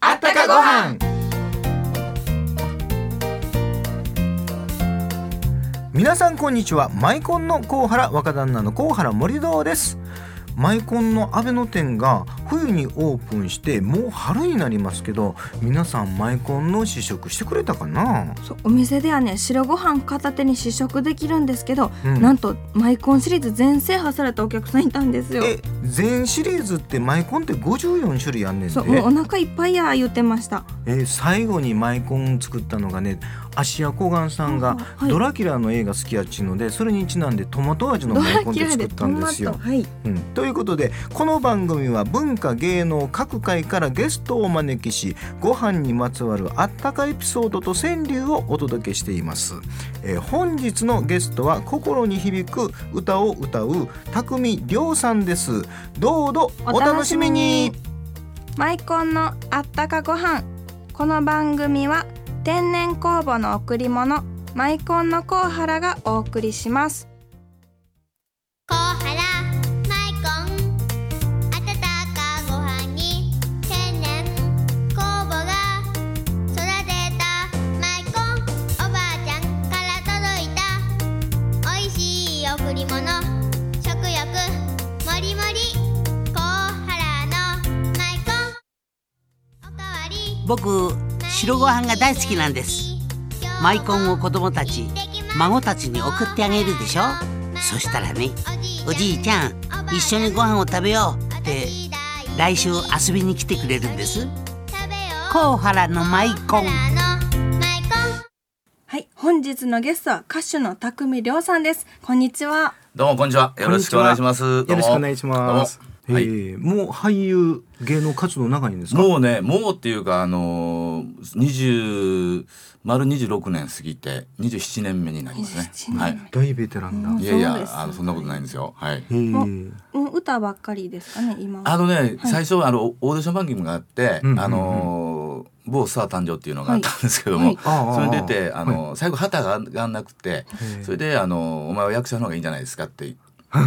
朝ごはん皆さんこんにちはマイコンの高原若旦那の高原森堂ですマイコンの阿部の店が冬にオープンしてもう春になりますけど皆さんマイコンの試食してくれたかなそうお店ではね白ご飯片手に試食できるんですけど、うんなんとマイコンシリーズ全制覇されたお客さんいたんですよえ全シリーズってマイコンって54種類あんねんでそうもうお腹いっぱいや言ってましたえー最後にマイコン作ったのがね芦屋小雁さんがはいドラキュラの映画好きやっちのでそれにちなんでトマト味のマイコンで作ったんですよ。はいうん、ということでこの番組は文化芸能各界からゲストをお招きしご飯にまつわるあったかエピソードと川柳をお届けしています、えー本日のゲストは心に響く歌を歌う匠亮さんですどうぞお楽しみにマイコンのあったかご飯この番組は天然酵母の贈り物マイコンのコウハラがお送りしますコハラマイコン温かご飯に天然酵母が育てたマイコンおばあちゃんから届いたおいしい贈り物食欲もりもりコハラのマイコンおかわり僕白ご飯が大好きなんですマイコンを子供たち孫たちに送ってあげるでしょそしたらねおじいちゃん一緒にご飯を食べようって来週遊びに来てくれるんです甲原のマイコンはい本日のゲストは歌手の匠亮さんですこんにちはどうもこんにちは。よろしくお願いします。よろしくお願いしますどうもえーもう俳優芸能活動長いんですかもうね、もうっていうかあのー、二十丸二十六年過ぎて二十七年目になりますね27。年はい。大ベテランだ、うんいやいそうですやあのそんなことないんですよ。はい。えーうん歌ばっかりですかね今はあのね、最初はあのオーディション番組があって、うんうんうんあのー某スター誕生っていうのがあったんですけども、はいああそれに出てあのー、最後旗が上がんなくて、それであのーお前は役者の方がいいんじゃないですかって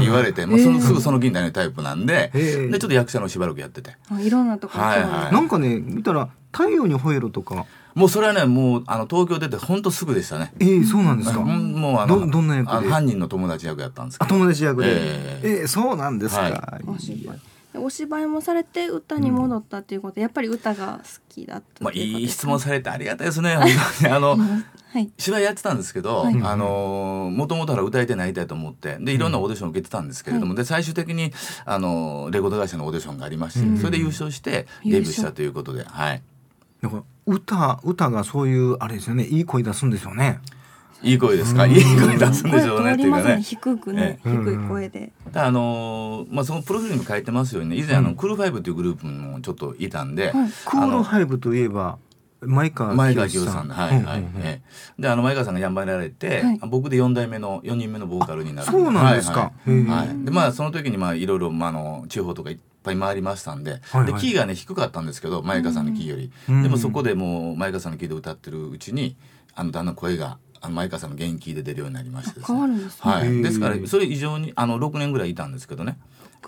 言われて、まあそのすぐその銀になるタイプなんで、へえでちょっと役者のしばらくやってて。あいろんなところ行ってますはいはいなんかね見たら「太陽に吠えろ」とかもうそれはねもうあの東京出てほんとすぐでしたね。えー、そうなんですか、うんもうあのどどんな役であの犯人の友達役やったんですけあど。友達役でえええーそうなんですか、はいお芝居でお芝居もされて歌に戻ったということで、やっぱり歌が好きだったまあということいでいす質か問されてありがたいですね。本当にあのはい芝居やってたんですけど、はいあのもともとは歌い手になりたいと思ってでいろんなオーディションを受けてたんですけれども、で最終的にあのレコード会社のオーディションがありまして、それで優勝してデビューしたということで、はい。なんか歌歌がそういうあれですよねいい声出すんですよねいい声ですか。いい声出すんでしょう声ね通ってりいうまかすねね。低くね、低い声で、であのーまあそのプロフィールにも書いてますようにね以前あの、クールファイブというグループもちょっといたんはで、いクールファイブといえば前川前川清清ささんんだはいはい、うんうんうんええであの前川さんがやんばられて、はい僕で4代目の4人目のボーカルになるそうなんですかはいはいへえはいでまあその時にまあいろいろ、まあ、あの地方とかいっぱい回りましたんで,、はいでキーがね低かったんですけど前川さんのキーより、うんでもそこでもう前川さんのキーで歌ってるうちにあのだんだん声があの前川さんの元気で出るようになりましてです変わねるんですね、はへえい、ですからそれ以上にあの6年ぐらいいたんですけどね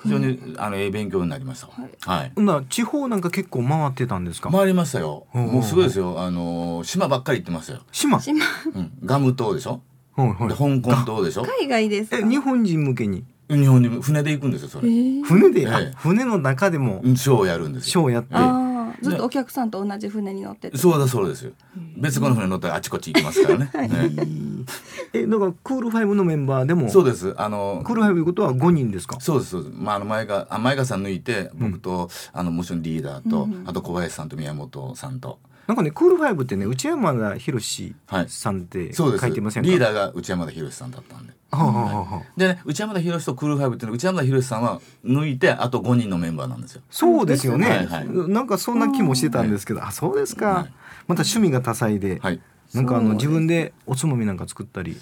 非常にあのええ勉強になりました。はいはいほんなら地方なんか結構回ってたんですか、回りましたよ。うんもうすごいですよ。あのー島ばっかり行ってましたよ。島島うん、ガム島でしょ。はいはいで香港島でしょ。海外ですかえ日本人向けに日本にも船で行くんですよ。それ。えー船で、ええあ船の中でもうんショーをやるんですシよ。ョーやってああずっとお客さんと同じ船に乗っててそうだそうですよ。別個の船乗ったらあちこち行きますからね。ねえだからクールファイブのメンバーでもそうです。あのークールファイブいうことは5人ですかそうですそうです。まああの前があ前川さん抜いて僕と、あのもちろんリーダーと、あと小林さんと宮本さんと。なんかね、クールファイブってね、内山田博志さんってそ書うです。いてませんか。リーダーが内山田博さんだったんで。はあはあはあでね、内山田博とクールファイブっていうのは内山田博さんは抜いてあと5人のメンバーなんですよ。そうですよね、はいはいなんかそんな気もしてたんですけど、あ、そうですか。はいまた趣味が多彩で、はい。なんかあそうのです自分でおつまみなんか作ったり。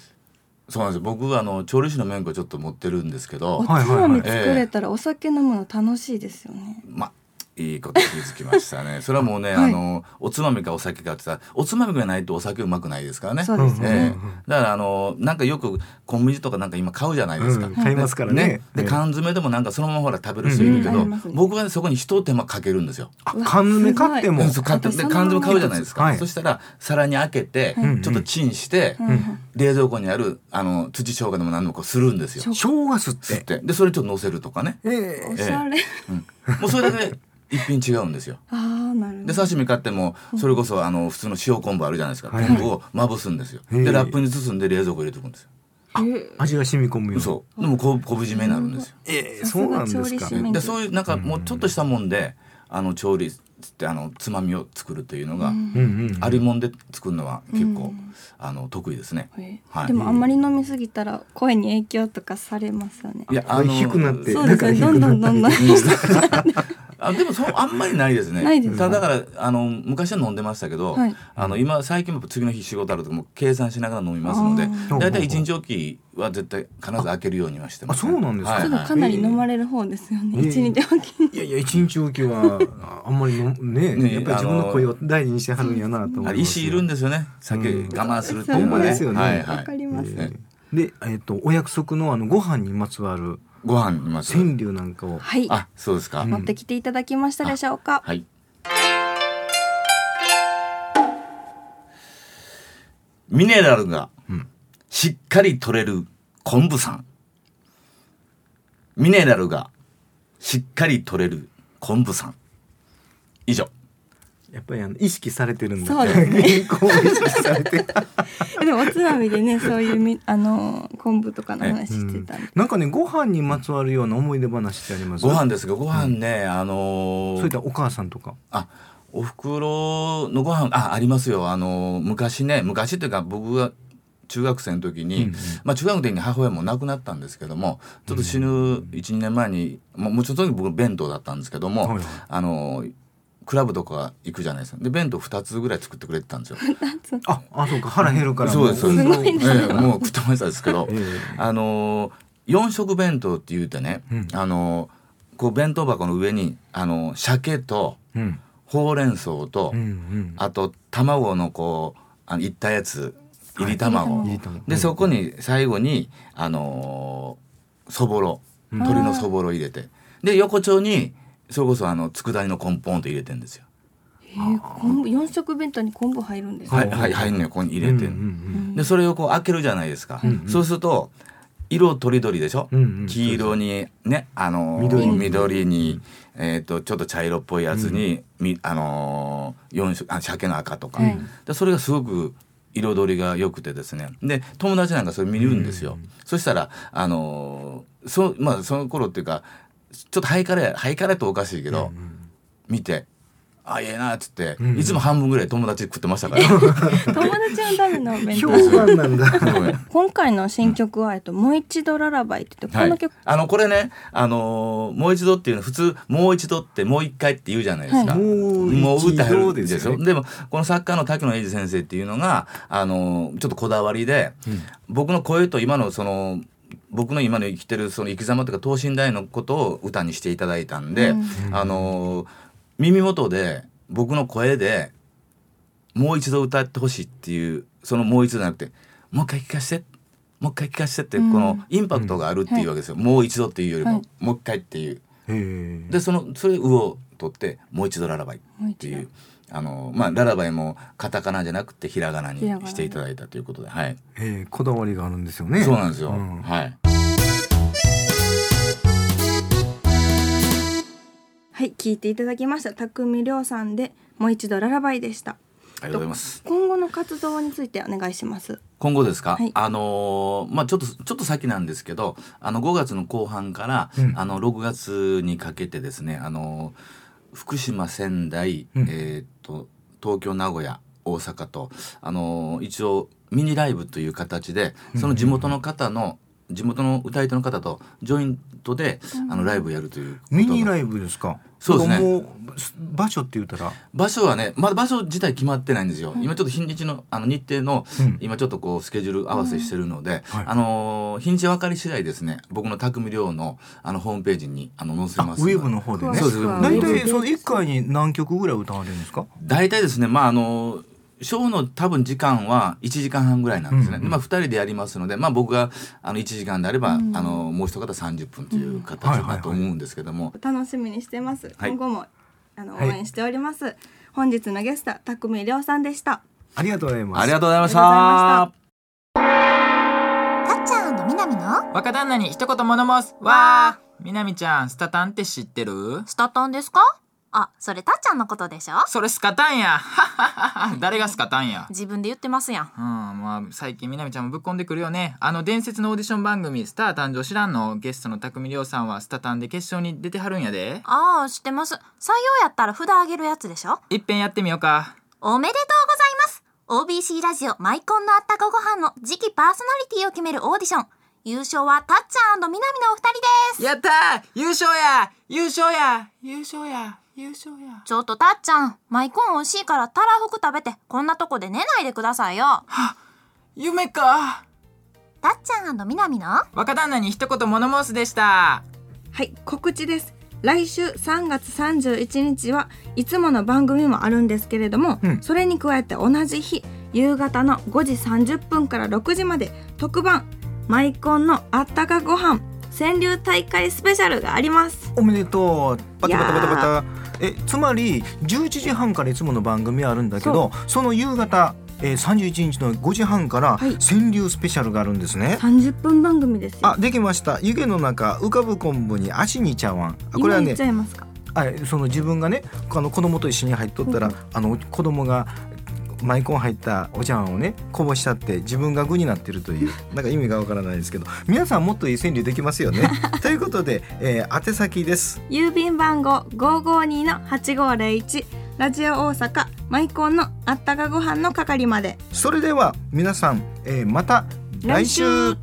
そうなんですよ僕はあの調理師の免許ちょっと持ってるんですけどおつはいはいはいまみ作れたらお酒飲むの楽しいですよね、まいいこと気づきましたね。それはもうね、はいあのおつまみかお酒かって言ったらおつまみがないとお酒うまくないですからね。そうですよえね。えだからあのなんかよく小麦とかなんか今買うじゃないですか。うん買いますからねでええ缶詰でもなんかそのままほら食べる人いるけうんど、うんありますね僕はねそこにひと手間かけるんですよ。あ缶詰買ってもうんそう買ってあとでその缶詰買うじゃないですか。はいそしたら皿に開けて、んちょっとチンして、うん冷蔵庫にあるあの土生姜でも何でもこうするんですよ。生姜酢っ吸っててでそれちょっと乗せるとかね。ええおしゃれ。もうそれだけで一品違うんですよ。 ああ、なるほでど。刺身買ってもそれこそあの普通の塩昆布あるじゃないですか、はい昆布をまぶすんですよへえでラップに包んで冷蔵庫入れておくんですよ、え味が染み込むようにそうでもこ昆布締めになるんですよ、えさえすそがうなんです調か理師うんでそういうなんかもうちょっとしたもんであの調理ってあのつまみを作るというのが、うんうんありもんで作るのは結構、あの得意ですね、えはいでもあんまり飲みすぎたら声に影響とかされますよね。いやあの低くなってそうですね。どんどんどんどん。あでもそうあんまりないですね。ないですかただだからあの昔は飲んでましたけど、はいあの今最近も次の日仕事あるともう計算しながら飲みますのあでー、だいたい一日おきは絶対必ず開けるようにはしてます、あそうなんですかはいちょっとかなり飲まれる方ですよね。一日でおきに。いやいや一日おきはああんまりのねねやっぱり自分の声を大事にしてはるんやなと思いあまれす石いるんですよね。酒う我ん慢するっていうほのんはまね。ですよねはいわはかい。ります。ねで、えっとお約束のあのご飯にまつわるご飯にます。川柳なんかをはい。あそうですか。持ってきていただきましたでしょうか。はい。ミネラルがしっかり取れる昆布さん。ミネラルがしっかり取れる昆布さん。以上。やっぱりあの意識されてるんだそうですね健康を意識されてる でもおつまみでね、そういうみあの昆布とかの話うしてんたんで。なんかねご飯にまつわるような思い出話ってありますご飯ですが、ご飯ね、あのそうーいったお母さんとかあお袋のご飯あありますよあの昔ね昔っていうか僕が中学生の時に、うんうんまあ、中学の時に母親も亡くなったんですけどもちょっと死ぬ12、年前にもうもうちょっと僕弁当だったんですけども、はいはいあのクラブとか行くじゃないですかで弁当2つぐらい作ってくれてたんですよ。ああそうか腹減るからそうですそうですも運動ええもう食ってましたですけど、 ええあの4色弁当って言うてね、うんあのこう弁当箱の上にあの鮭とうんほうれん草と、うんうんあと卵のこうあのいったやついり卵、いり卵でそこに最後にあのーそぼろうん鶏のそぼろ入れてで横丁にそれこそあの佃煮のコンポンと入れてんですよ。えー昆布四色弁当に昆布入るんですか。はいはいはいんのよここに入れて、うんうんでそれをこう開けるじゃないですか。そうすると色とりどりでしょ。うんうん黄色にねあのー緑に緑に、えー、とちょっと茶色っぽいやつに、みあのー、四色あ鮭の赤とか、はいでそれがすごく彩りが良くてですねで友達なんかそれ見るんですよ、そしたらあのーそ,、まあ、その頃っていうかちょっとハイカレハイカレとおかしいけど、見て「あええな」っつって、いつも半分ぐらい友達で食ってましたから 友達のためのお弁評当。判なんだ今回の新曲はえっともう一度ララバイって言ってはこいの曲。あのこれね、あのーもう一度っていうの普通もう一度ってもう一回って言うじゃないですか、はいももうう一歌度うでですしよねょでもこの作家の滝野英二先生っていうのが、あのーちょっとこだわりで、僕の声と今のその僕の今の生きてるその生き様とか等身大のことを歌にしていただいたんで、あのー耳元で僕の声でもう一度歌ってほしいっていうそのもう一度じゃなくてもう一回聞かせてもう一回聞かせてって、このインパクトがあるっていうわけですよ、もう一度っていうよりも、はいもう一回っていうへえでそのそれ「う」を取って「もう一度ララバイ」っていうあの、まあ、ララバイもカタカナじゃなくてひらがなにひらがなしていただいたということで、はい、えーこだわりがあるんですよねそうなんですよ、んはい。はい聞いていただきました匠亮さんでもう一度ララバイでした。ありがとうございます。今後の活動についてお願いします。今後ですか、はいあのーまあちょっとちょっと先なんですけどあの5月の後半から、あの6月にかけてですねあのー福島仙台、えーっと東京名古屋大阪とあのー一応ミニライブという形でその地元の方の地元の歌い手の方とジョイントで、あのライブやるということがミニライブですかそうですねもうす場所って言ったら場所はねまだ場所自体決まってないんですよ、今ちょっと日にちのあの日程の、うん今ちょっとこうスケジュール合わせしてるので、はいあのー日にち分かり次第ですね僕の匠亮のあのホームページにあの載せあウますのでェブの方でねそうです詳しくは大ウェ体ブその1回に何曲ぐらい歌われるんですか大体ですねまああのショーの多分時間は1時間半ぐらいなんですね、うんでまあ、2人でやりますので、まあ、僕があの1時間であれば、あのもう一方30分という形うんはいはいはだいと思うんですけども、楽しみにしてます、はい今後もあの応はい援しております、本日のゲスト匠亮さんでしたありがとうございますありがとうございましありがとうございましたた。たっちゃんみなみの若旦那に一言物申すわーみなみちゃんスタタンって知ってるスタタンですかあ、それたっちゃんのことでしょそれスカタンや 誰がスカタンや自分で言ってますやん。うん、まあ最近みなみちゃんもぶっこんでくるよねあの伝説のオーディション番組「スター誕生知らんの」ゲストの匠亮さんはスタタンで決勝に出てはるんやでああ、知ってます。採用やったら札あげるやつでしょいっぺんやってみようかおめでとうございます !OBC ラジオマイコンのあったかご飯の次期パーソナリティを決めるオーディション。優勝はたっちゃんみなみのお二人です。やったー優勝や優勝や優勝や優勝やちょっとたっちゃん、マイコン美味しいからたらふく食べて、こんなとこで寝ないでくださいよ。夢かたっちゃんみなみの若旦那に一言物申すでしたはい告知です来週3月31日はいつもの番組もあるんですけれども、うんそれに加えて同じ日夕方の5時30分から6時まで特番マイコンのあったかご飯川柳大会スペシャルがありますおめでとうバタバタバタいバタえつまり11時半からいつもの番組あるんだけどその夕方、えー、31日の5時半からはい川柳スペシャルがあるんですね、 30分番組ですよあできました湯気の中浮かぶ昆布に足に茶碗あこ今れは言ねっちゃいますかあその自分がねあの子供と一緒に入っとったら、うんあの子供がマイコン入ったお茶碗をねこぼしちゃって自分が具になってる というなんか意味がわからないですけど皆さんもっといい川柳できますよね。 ということで、えー宛先です。郵便番号552-8501ラジオ大阪マイコンのあったかご飯の係までそれでは皆さん、えーまた来週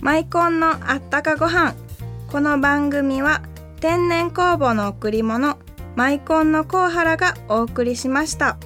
マイコンのあったかご飯この番組は天然酵母の贈り物マイコンのコウハラがお送りしました。